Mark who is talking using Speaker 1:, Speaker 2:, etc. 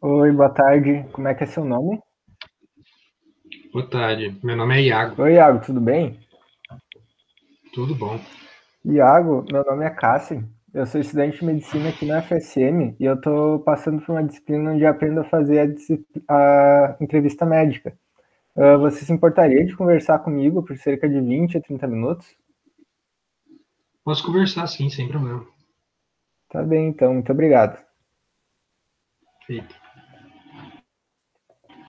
Speaker 1: Oi, boa tarde. Como é que é seu nome?
Speaker 2: Boa tarde, meu nome é Iago,
Speaker 1: Oi, Iago, tudo bem?
Speaker 2: tudo bom?
Speaker 1: Iago, meu nome é Cássio. Eu sou estudante de medicina aqui na FSM e eu estou passando por uma disciplina onde eu aprendo a fazer a, disci- a entrevista médica. Ah, você se importaria de conversar comigo por cerca de 20 a 30 minutos?
Speaker 2: Posso conversar sim, sem problema.
Speaker 1: Tá bem, então, muito obrigado.
Speaker 2: Feito.